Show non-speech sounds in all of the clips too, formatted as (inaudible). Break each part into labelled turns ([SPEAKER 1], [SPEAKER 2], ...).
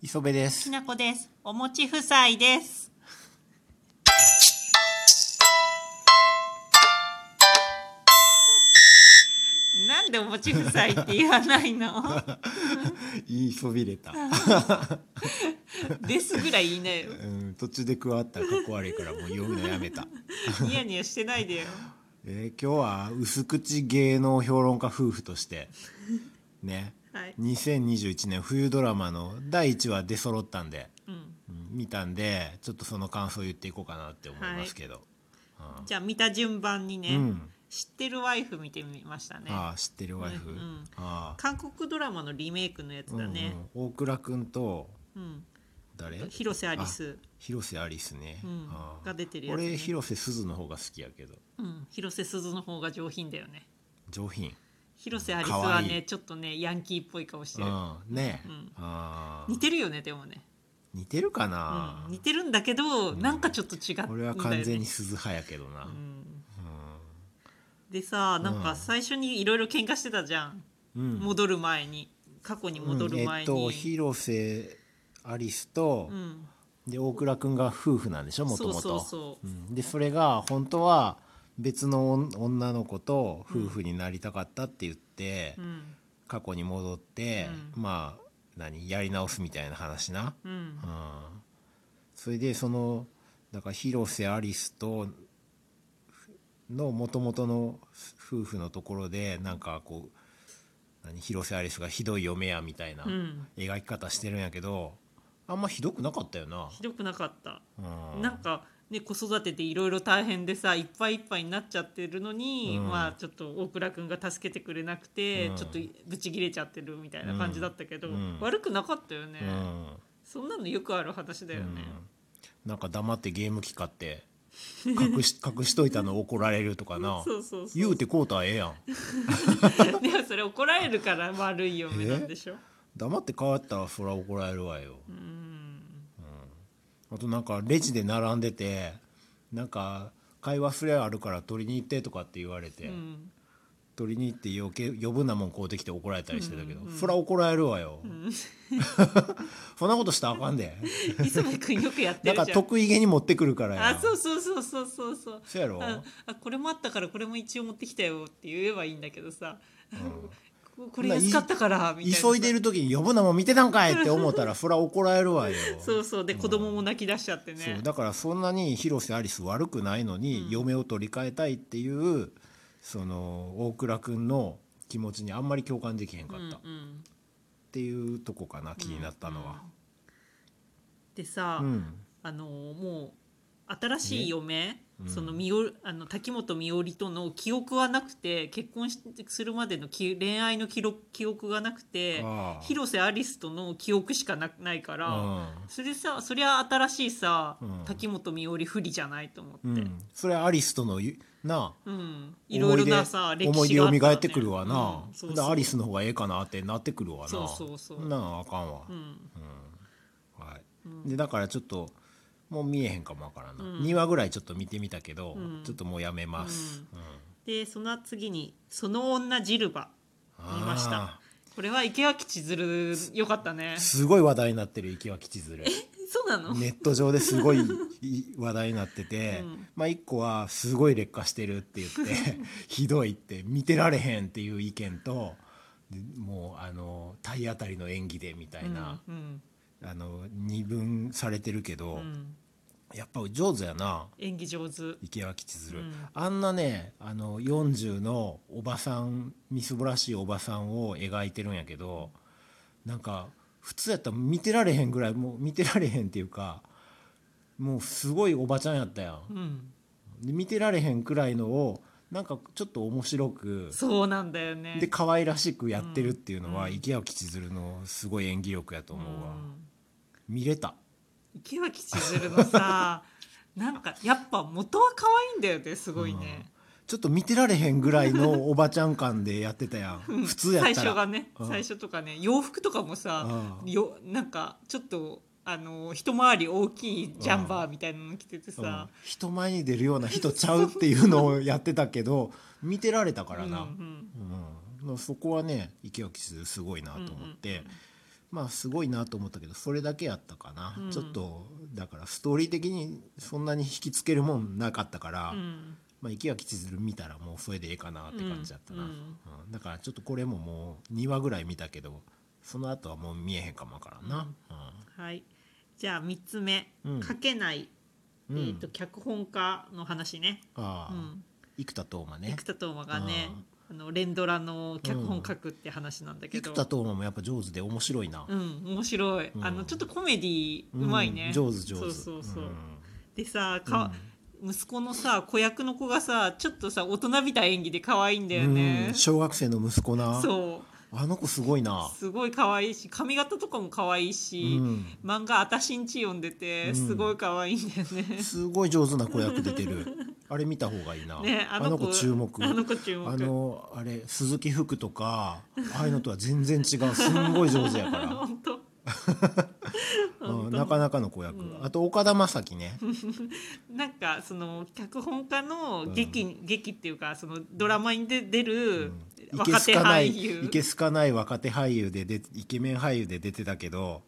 [SPEAKER 1] 磯部です
[SPEAKER 2] き。なこです。おもち夫妻です。なんでおもち夫妻って言わないの
[SPEAKER 1] 言いそびれた。
[SPEAKER 2] ですぐらい言いなよ。
[SPEAKER 1] うん、途中で加わったらかっこ悪いからもう読むのやめた。
[SPEAKER 2] ニヤニヤしてないでよ。
[SPEAKER 1] えー、今日は薄口芸能評論家夫婦として、ね、
[SPEAKER 2] はい。
[SPEAKER 1] 2021年冬ドラマの第1話出揃ったんで、
[SPEAKER 2] うん。
[SPEAKER 1] うん見たんで、ちょっとその感想言っていこうかなって思いますけど。
[SPEAKER 2] じゃあ見た順番にね、
[SPEAKER 1] うん
[SPEAKER 2] 知ってるワイフ見てみましたね。
[SPEAKER 1] ああ、知ってるワイフ。
[SPEAKER 2] うんうん
[SPEAKER 1] ああ、
[SPEAKER 2] 韓国ドラマのリメイクのやつだね。
[SPEAKER 1] うんうん大倉くんと、
[SPEAKER 2] うん。
[SPEAKER 1] 誰
[SPEAKER 2] 広瀬アリス。
[SPEAKER 1] 広瀬アリスね、
[SPEAKER 2] うん
[SPEAKER 1] ああ
[SPEAKER 2] が出てるやつね
[SPEAKER 1] 俺広瀬すずの方が好きやけど
[SPEAKER 2] うん。広瀬すずの方が上品だよね。
[SPEAKER 1] 上品
[SPEAKER 2] 広瀬アリスは
[SPEAKER 1] 可愛
[SPEAKER 2] ね
[SPEAKER 1] い
[SPEAKER 2] ちょっとねヤンキーっぽい顔してる
[SPEAKER 1] うんねえ、
[SPEAKER 2] うん
[SPEAKER 1] ああ
[SPEAKER 2] 似てるよねでもね、
[SPEAKER 1] 似てるか
[SPEAKER 2] う
[SPEAKER 1] な、
[SPEAKER 2] ん、似てるんだけど、
[SPEAKER 1] ん
[SPEAKER 2] なんかちょっと違うんだよね
[SPEAKER 1] 俺は完全に鈴派やけどな、
[SPEAKER 2] う
[SPEAKER 1] うん
[SPEAKER 2] んでさなん
[SPEAKER 1] う
[SPEAKER 2] か
[SPEAKER 1] ん
[SPEAKER 2] 最初にいろいろ喧嘩してたじゃん、
[SPEAKER 1] うん
[SPEAKER 2] 戻る前に過去に戻る前に、
[SPEAKER 1] うんえっと広瀬アリスと、
[SPEAKER 2] うん
[SPEAKER 1] で大倉くんが夫婦なんでしょもともと
[SPEAKER 2] そうそうそ
[SPEAKER 1] うんでそれが本当は別の女女の子と夫婦になりたかったって言って、
[SPEAKER 2] うん
[SPEAKER 1] 過去に戻って、
[SPEAKER 2] う
[SPEAKER 1] まあ何やり直すみたいな話な、
[SPEAKER 2] うん
[SPEAKER 1] うんそれでそのだから広瀬アリスとの元々の夫婦のところでなんかこう何広瀬アリスがひどい嫁やみたいな
[SPEAKER 2] うん
[SPEAKER 1] 描き方してるんやけど、あんまひどくなかったよな。
[SPEAKER 2] ひどくなかった、
[SPEAKER 1] うん
[SPEAKER 2] なんかね子育てでいろいろ大変でさいっぱいいっぱいになっちゃってるのに、
[SPEAKER 1] うん
[SPEAKER 2] まあちょっと大倉君が助けてくれなくて、
[SPEAKER 1] うん
[SPEAKER 2] ちょっとブチ切れちゃってるみたいな感じだったけど、
[SPEAKER 1] うん
[SPEAKER 2] 悪くなかったよね、
[SPEAKER 1] うん
[SPEAKER 2] そんなのよくある話だよね、
[SPEAKER 1] うんなんか黙ってゲーム機買って隠し (laughs) 隠しといたの怒られるとかな
[SPEAKER 2] そうそうそう
[SPEAKER 1] 言うてこうたらええやん
[SPEAKER 2] (laughs) でもそれ怒られるから悪い嫁なんでしょ
[SPEAKER 1] 黙って変わったらそら怒られるわよ、
[SPEAKER 2] うん
[SPEAKER 1] あとなんかレジで並んでてなんか買い忘れあるから取りに行ってとかって言われて、
[SPEAKER 2] うん
[SPEAKER 1] 取りに行って余計余分なもん買うてきて怒られたりしてたけど、そら怒られるわよ、 (laughs) そんなことしたらあかんで
[SPEAKER 2] 磯部君よくやって
[SPEAKER 1] なん
[SPEAKER 2] る
[SPEAKER 1] か
[SPEAKER 2] じゃん
[SPEAKER 1] 得意げに持ってくるからや
[SPEAKER 2] あそうそうそうそうそうそう
[SPEAKER 1] そうやろ、
[SPEAKER 2] ああこれもあったからこれも一応持ってきたよって言えばいいんだけどさ、 (laughs) ここれ安かったからみたいなさ
[SPEAKER 1] 急いでる時に余分なもん見てたんかいって思
[SPEAKER 2] (laughs)
[SPEAKER 1] ったらそら怒られるわよ
[SPEAKER 2] そうそうで子供も泣き出しちゃって
[SPEAKER 1] そ
[SPEAKER 2] ね
[SPEAKER 1] うだからそんなに広瀬アリス悪くないのに、嫁を取り替えたいっていうその大倉君の気持ちにあんまり共感できへんかったっ
[SPEAKER 2] うんうん
[SPEAKER 1] ていうとこかな、気になったのは。
[SPEAKER 2] でさ、
[SPEAKER 1] うん
[SPEAKER 2] あのもう新しい嫁、
[SPEAKER 1] うん
[SPEAKER 2] そのみおあの滝本美織との記憶はなくて結婚しするまでのき恋愛の記録記憶がなくて
[SPEAKER 1] ああ
[SPEAKER 2] 広瀬アリスとの記憶しかなないから、
[SPEAKER 1] う
[SPEAKER 2] それさそりゃ新しいさ、
[SPEAKER 1] うん
[SPEAKER 2] 滝本美織不利じゃないと思って、
[SPEAKER 1] んうん、それはアリスとのゆなあ
[SPEAKER 2] うんいろ
[SPEAKER 1] 思
[SPEAKER 2] い
[SPEAKER 1] い
[SPEAKER 2] ろ
[SPEAKER 1] 出
[SPEAKER 2] なさ歴
[SPEAKER 1] 思い
[SPEAKER 2] 史
[SPEAKER 1] 出
[SPEAKER 2] があ
[SPEAKER 1] 蘇
[SPEAKER 2] ったらね
[SPEAKER 1] ってくるわな、
[SPEAKER 2] うんそうそう
[SPEAKER 1] だからアリスの方がええかなってなってくるわな
[SPEAKER 2] そうそうそう
[SPEAKER 1] なああかんわ、
[SPEAKER 2] うん
[SPEAKER 1] はいでだからちょっともう見えへんかもわからんな、
[SPEAKER 2] うん
[SPEAKER 1] 2話ぐらいちょっと見てみたけど、
[SPEAKER 2] うん
[SPEAKER 1] ちょっともうやめます、うん
[SPEAKER 2] でその次に「その女ジルバ」見まし
[SPEAKER 1] あ
[SPEAKER 2] たこれは池脇千鶴よかったね
[SPEAKER 1] ーすごい話題になってる池脇千鶴
[SPEAKER 2] そうなの、
[SPEAKER 1] ネット上ですごいい話題になってて、
[SPEAKER 2] うん
[SPEAKER 1] まあ1個はすごい劣化してるって言って
[SPEAKER 2] (laughs)
[SPEAKER 1] ひどいって見てられへんっていう意見とでもうあの体当たりの演技でみたいな、
[SPEAKER 2] うん
[SPEAKER 1] あの二分されてるけど、
[SPEAKER 2] うんうん
[SPEAKER 1] やっぱ上手やな
[SPEAKER 2] 演技上手
[SPEAKER 1] 池脇千鶴、
[SPEAKER 2] うん
[SPEAKER 1] あんなねあの40のおばさんみすぼらしいおばさんを描いてるんやけどなんか普通やったら見てられへんぐらいもう見てられへんっていうかもうすごいおばちゃんやったやん
[SPEAKER 2] うん、
[SPEAKER 1] で見てられへんくらいのをなんかちょっと面白く
[SPEAKER 2] そうなんだよね
[SPEAKER 1] で可愛らしくやってるっていうのは、
[SPEAKER 2] うん
[SPEAKER 1] 池脇千鶴のすごい演技力やと思うわ、
[SPEAKER 2] うん
[SPEAKER 1] 見れた
[SPEAKER 2] 池脇千鶴のさ (laughs) なんかやっぱ元は可愛いんだよねすごいね、
[SPEAKER 1] ちょっと見てられへんぐらいのおばちゃん感でやってたやん普通やったら
[SPEAKER 2] 最初がね、
[SPEAKER 1] うん
[SPEAKER 2] 最初とかね洋服とかもさ、
[SPEAKER 1] うん
[SPEAKER 2] よなんかちょっとあの一回り大きいジャンバーみたいなの着てて
[SPEAKER 1] うん
[SPEAKER 2] さ、
[SPEAKER 1] 人前に出るような人ちゃうっていうのをやってたけど見てられたから
[SPEAKER 2] うんう
[SPEAKER 1] な、
[SPEAKER 2] ん
[SPEAKER 1] うんそこはね池脇千鶴すごいなと思って、まあすごいなと思ったけどそれだけやったかな、
[SPEAKER 2] うん
[SPEAKER 1] ちょっとだからストーリー的にそんなに引きつけるもんなかったから、
[SPEAKER 2] うん
[SPEAKER 1] まあ池脇千鶴見たらもうそれでええかなって感じだったな、
[SPEAKER 2] う
[SPEAKER 1] うんんだからちょっとこれももう2話ぐらい見たけどその後はもう見えへんかもわからんな、
[SPEAKER 2] はいじゃあ3つ目、
[SPEAKER 1] うん
[SPEAKER 2] 書けない、
[SPEAKER 1] うん
[SPEAKER 2] えー、と脚本家の話ね、
[SPEAKER 1] あ
[SPEAKER 2] う
[SPEAKER 1] あ、
[SPEAKER 2] ん、
[SPEAKER 1] 生田斗真ね
[SPEAKER 2] 生田斗真がねあの連ドラの脚本書くって話なんだけ
[SPEAKER 1] 生
[SPEAKER 2] ど、
[SPEAKER 1] 田
[SPEAKER 2] うん、
[SPEAKER 1] 斗真もやっぱ上手で面白いな、
[SPEAKER 2] 面白い、
[SPEAKER 1] うん
[SPEAKER 2] あのちょっとコメディうまいね、
[SPEAKER 1] ん上手上手
[SPEAKER 2] そうそうそう、
[SPEAKER 1] ん
[SPEAKER 2] でさか、息子のさ子役の子がさちょっとさ大人びた演技で可愛いんだよ
[SPEAKER 1] う
[SPEAKER 2] ね
[SPEAKER 1] ん、小学生の息子な
[SPEAKER 2] そ
[SPEAKER 1] あの子すごいな
[SPEAKER 2] う、すごい可愛いし髪型とかも可愛いうし、
[SPEAKER 1] ん、
[SPEAKER 2] 漫画「あたしんち」読んでて
[SPEAKER 1] うん
[SPEAKER 2] すごい可愛いんだよね。
[SPEAKER 1] すごい上手な子役出てるあれ見た方がいいな、
[SPEAKER 2] ね
[SPEAKER 1] あの子注目
[SPEAKER 2] あの子注目
[SPEAKER 1] あのあれ鈴木福とかああいうのとは全然違うすんごい上手やか
[SPEAKER 2] (laughs) 本当
[SPEAKER 1] ら、
[SPEAKER 2] 本
[SPEAKER 1] うん、
[SPEAKER 2] 当
[SPEAKER 1] なかなかの子役、
[SPEAKER 2] うん
[SPEAKER 1] あと岡田将生
[SPEAKER 2] (laughs)
[SPEAKER 1] ね、
[SPEAKER 2] なんかその脚本家の劇,、劇っていうかそのドラマにで出る
[SPEAKER 1] いけ
[SPEAKER 2] 若
[SPEAKER 1] す
[SPEAKER 2] 手
[SPEAKER 1] かな
[SPEAKER 2] 俳
[SPEAKER 1] い
[SPEAKER 2] 優
[SPEAKER 1] いけすかない若手俳優ででイケメン俳優で出てたけど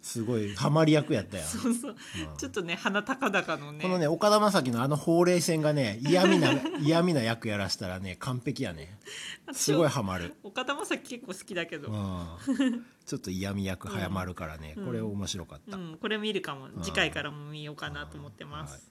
[SPEAKER 1] すごいハマり役やったやん
[SPEAKER 2] そうそうちょっとね鼻高々のね
[SPEAKER 1] このね岡田将生のあのほうれい線がね嫌味な (laughs) 嫌味な役やらしたらね完璧やね
[SPEAKER 2] 私
[SPEAKER 1] すごいハマる、
[SPEAKER 2] 岡田将生結構好きだけど、
[SPEAKER 1] う
[SPEAKER 2] うん
[SPEAKER 1] ん、ちょっと嫌味役早まるからね、これ面白かった、
[SPEAKER 2] これ見るかも次回からも見ようかなと思ってます。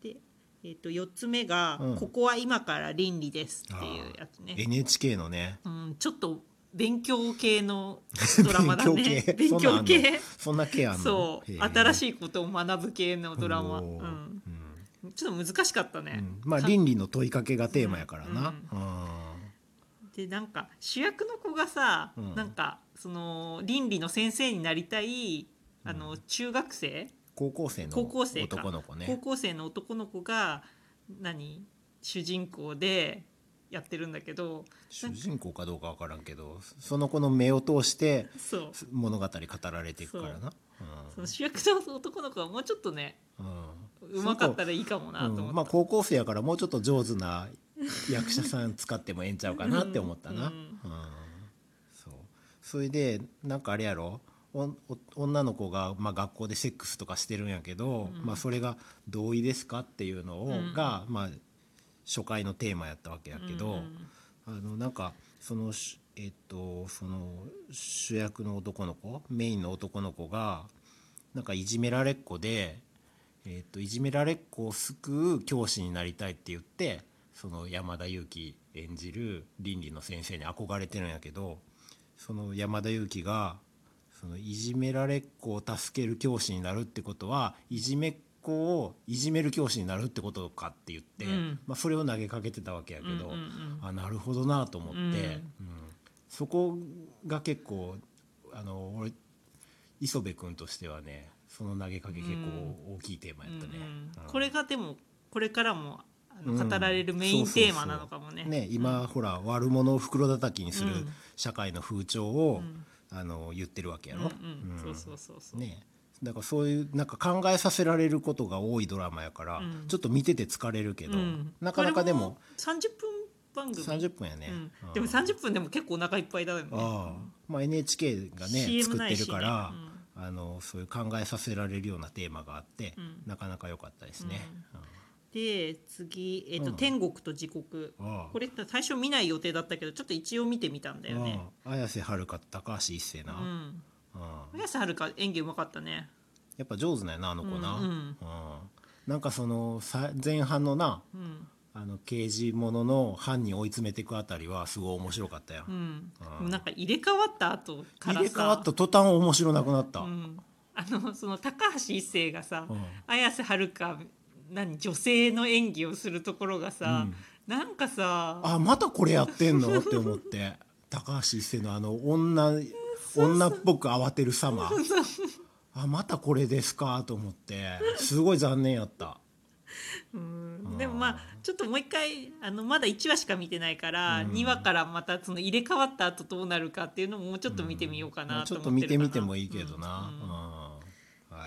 [SPEAKER 2] で、えー、と4つ目が、
[SPEAKER 1] うん
[SPEAKER 2] ここは今から倫理です」っていうやつね。
[SPEAKER 1] NHK のね
[SPEAKER 2] うん、ちょっと勉強系のドラマだね勉
[SPEAKER 1] 勉強
[SPEAKER 2] 強
[SPEAKER 1] 系
[SPEAKER 2] 系
[SPEAKER 1] そんな系あんの
[SPEAKER 2] そう新しいことを学ぶ系の
[SPEAKER 1] い
[SPEAKER 2] ドラマ、うん、ちょっと難しかったね、
[SPEAKER 1] まあ倫理の問いかけがテーマやからな
[SPEAKER 2] でなんか主役の子がさ、
[SPEAKER 1] うん
[SPEAKER 2] なんかその倫理の先生になりたいあの中学生、
[SPEAKER 1] 高校生の
[SPEAKER 2] 高校生か
[SPEAKER 1] 男の子
[SPEAKER 2] 高
[SPEAKER 1] ね
[SPEAKER 2] 校生の男の子が何主人公でやってるんだけど
[SPEAKER 1] 主人公かどうか分からんけどその子の目を通して
[SPEAKER 2] そう
[SPEAKER 1] 物語語られていくからな
[SPEAKER 2] その主役の男の子はもうちょっとねうまかったらいいかもなと思って、
[SPEAKER 1] まあ高校生やからもうちょっと上手な (laughs) 役者さん使ってもええんちゃうかなって思ったな、そうそれでなんかあれやろおんお女の子が、まあ、学校でセックスとかしてるんやけど、まあ、それが同意ですかっていうのを、
[SPEAKER 2] うん
[SPEAKER 1] が、まあ、初回のテーマやったわけやけど、
[SPEAKER 2] うんうん
[SPEAKER 1] あのなんかそのしえっとその主役の男の子メインの男の子がなんかいじめられっ子で、えっといじめられっ子を救う教師になりたいって言ってその山田裕貴演じる倫理の先生に憧れてるんやけどその山田裕貴がそのいじめられっ子を助ける教師になるってことはいじめっ子をいじめる教師になるってことかって言って、
[SPEAKER 2] うん
[SPEAKER 1] まあ、それを投げかけてたわけやけど、
[SPEAKER 2] うんうん
[SPEAKER 1] あなるほどなと思って、
[SPEAKER 2] うん
[SPEAKER 1] うんそこが結構あの俺磯部君としてはねその投げかけ結構大きいテーマやったね。
[SPEAKER 2] うんう
[SPEAKER 1] うんん
[SPEAKER 2] これがでもこれからもあの
[SPEAKER 1] うん
[SPEAKER 2] 語られるメインテーマなのかもね。
[SPEAKER 1] ね今、ほら悪者を袋叩きにする
[SPEAKER 2] うん
[SPEAKER 1] 社会の風潮を、
[SPEAKER 2] ん
[SPEAKER 1] あの言ってるわけや
[SPEAKER 2] うん
[SPEAKER 1] ろ。
[SPEAKER 2] うん
[SPEAKER 1] うん
[SPEAKER 2] そうそうそうそう、
[SPEAKER 1] ねだからそういうなんか考えさせられることが多いドラマやから、
[SPEAKER 2] うん
[SPEAKER 1] ちょっと見てて疲れるけ
[SPEAKER 2] う
[SPEAKER 1] ど、
[SPEAKER 2] ん
[SPEAKER 1] なかなかでも
[SPEAKER 2] これ30分番組
[SPEAKER 1] 30分やね、う
[SPEAKER 2] う、
[SPEAKER 1] んん
[SPEAKER 2] でも30分でも結構お腹いっぱいだよね。
[SPEAKER 1] ああまあ、NHK がね
[SPEAKER 2] CM
[SPEAKER 1] 作
[SPEAKER 2] な
[SPEAKER 1] っ
[SPEAKER 2] い
[SPEAKER 1] て
[SPEAKER 2] しね
[SPEAKER 1] るから、
[SPEAKER 2] う
[SPEAKER 1] あのそういう考えさせられるようなテーマがあって、
[SPEAKER 2] うん
[SPEAKER 1] なかなか良かったですね。
[SPEAKER 2] で次、えー
[SPEAKER 1] う
[SPEAKER 2] と
[SPEAKER 1] ん
[SPEAKER 2] 天国と地獄」
[SPEAKER 1] ああ
[SPEAKER 2] これ最初見ない予定だったけどちょっと一応見てみたんだよね。
[SPEAKER 1] ああ綾瀬はるかと高橋一生な、
[SPEAKER 2] う
[SPEAKER 1] うん
[SPEAKER 2] ん、宮瀬はるか演技うまかったね。
[SPEAKER 1] やっぱ上手なんやなあの子な、
[SPEAKER 2] うんうん
[SPEAKER 1] なんかそのさ前半のな
[SPEAKER 2] うん
[SPEAKER 1] あの刑事ものの犯人追い詰めていくあたりはすごい面白かったよ、
[SPEAKER 2] うん、
[SPEAKER 1] ああ
[SPEAKER 2] でもなんか入れ替わった後からさ
[SPEAKER 1] 入れ替わった途端面白なくなった、
[SPEAKER 2] うん、あのその高橋一生がさ、
[SPEAKER 1] うん
[SPEAKER 2] 綾瀬はるか何女性の演技をするところがさ、なんかさ
[SPEAKER 1] あまたこれやってんのって思って高橋一生のあの女女っぽく慌てる様あまたこれですかと思ってすごい残念やった
[SPEAKER 2] うんでもまあちょっともう一回あのまだ1話しか見てないから、
[SPEAKER 1] うん
[SPEAKER 2] 2話からまたその入れ替わった後どうなるかっていうのももうちょっと見てみようかな
[SPEAKER 1] ち
[SPEAKER 2] と
[SPEAKER 1] ょっ
[SPEAKER 2] 思
[SPEAKER 1] と
[SPEAKER 2] っ
[SPEAKER 1] 見て
[SPEAKER 2] てるかな
[SPEAKER 1] みてもいいけどな、
[SPEAKER 2] うんうん
[SPEAKER 1] うんは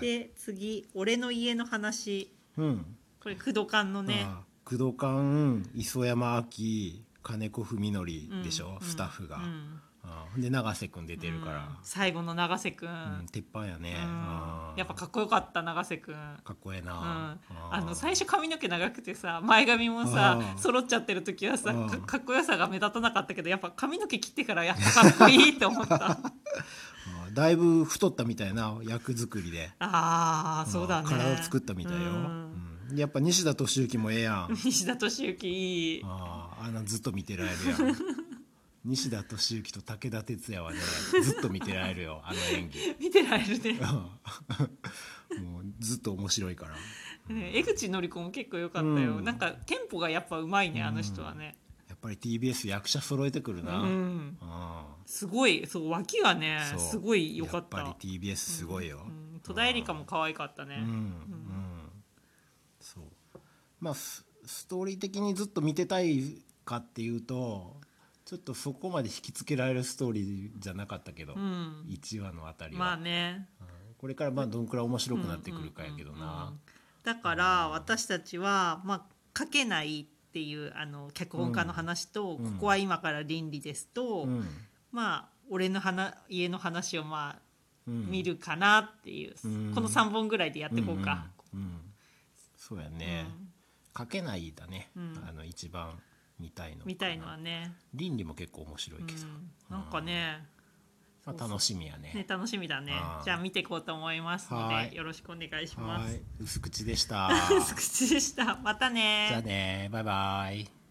[SPEAKER 1] い
[SPEAKER 2] で次「俺の家の話
[SPEAKER 1] うん」
[SPEAKER 2] これ不動館のね
[SPEAKER 1] あ工藤館磯山亜紀金子文則でしょ、
[SPEAKER 2] うん
[SPEAKER 1] スタッフが、
[SPEAKER 2] うん
[SPEAKER 1] あーで永瀬君出てるから
[SPEAKER 2] うん、最後の永瀬くん、
[SPEAKER 1] うん、鉄板やね、
[SPEAKER 2] うん
[SPEAKER 1] あー
[SPEAKER 2] やっぱかっこよかった永瀬くん
[SPEAKER 1] かっこええな、
[SPEAKER 2] うん、
[SPEAKER 1] あ
[SPEAKER 2] あ
[SPEAKER 1] ー
[SPEAKER 2] の最初髪の毛長くてさ前髪もさ
[SPEAKER 1] うん
[SPEAKER 2] 揃っちゃってる時はさ
[SPEAKER 1] うん
[SPEAKER 2] かかっこよさが目立たなかったけどやっぱ髪の毛切ってからやっぱかっこいいって思った
[SPEAKER 1] (laughs) あーだいぶ太ったみたいな役作りで
[SPEAKER 2] あーそうだね
[SPEAKER 1] 体を作ったみたいよ、
[SPEAKER 2] うん
[SPEAKER 1] うんやっぱ西田敏行もええやん
[SPEAKER 2] 西田敏行いい
[SPEAKER 1] あーあんなずっと見てられるやん (laughs) 西田敏行と武田鉄矢はねずっと見てられるよあの演技
[SPEAKER 2] 見てられるね
[SPEAKER 1] うん (laughs) もうずっと面白いから
[SPEAKER 2] ね江口のり子も結構良かったよ、
[SPEAKER 1] うん
[SPEAKER 2] なんかテンポがやっぱうまいねあの人はね、
[SPEAKER 1] やっぱり TBS 役者揃えてくる
[SPEAKER 2] う
[SPEAKER 1] な、うん
[SPEAKER 2] ん、すごいそう脇がね
[SPEAKER 1] そう
[SPEAKER 2] すごい良かった
[SPEAKER 1] やっぱり TBS すごいよ、
[SPEAKER 2] うん戸田恵梨香も可愛かったね、
[SPEAKER 1] うんうんそうまあスストーリー的にずっと見てたいかっていうとちょっとそこまで引きつけられるストーリーじゃなかったけど、
[SPEAKER 2] うん
[SPEAKER 1] 1話のあたりは、
[SPEAKER 2] まあね
[SPEAKER 1] うんこれからまあどんくらい面白くなってくるかやけど
[SPEAKER 2] うんうんうんう
[SPEAKER 1] なん
[SPEAKER 2] だから私たちは、まあ、書けないっていうあの脚本家の話と、
[SPEAKER 1] うん
[SPEAKER 2] ここは今から倫理ですと、
[SPEAKER 1] うん
[SPEAKER 2] まあ俺の話家の話をまあ
[SPEAKER 1] うん
[SPEAKER 2] 見るかなっていう、
[SPEAKER 1] うん
[SPEAKER 2] この3本ぐらいでやっていこうか、
[SPEAKER 1] うんうんうんそうやね、書けないだね、
[SPEAKER 2] うん
[SPEAKER 1] あの一番見たいのかな
[SPEAKER 2] みたいのはね、
[SPEAKER 1] 倫理も結構面白いうけど、
[SPEAKER 2] ん、なんかね,、
[SPEAKER 1] まあ、楽しみや
[SPEAKER 2] ね
[SPEAKER 1] ね
[SPEAKER 2] 楽しみだね
[SPEAKER 1] あー
[SPEAKER 2] じゃあ見ていこうと思いますの
[SPEAKER 1] は
[SPEAKER 2] で
[SPEAKER 1] い
[SPEAKER 2] よろしくお願いし
[SPEAKER 1] は
[SPEAKER 2] (laughs) ます。
[SPEAKER 1] い薄口でした
[SPEAKER 2] 口でしたまたね
[SPEAKER 1] じゃあねバイバイ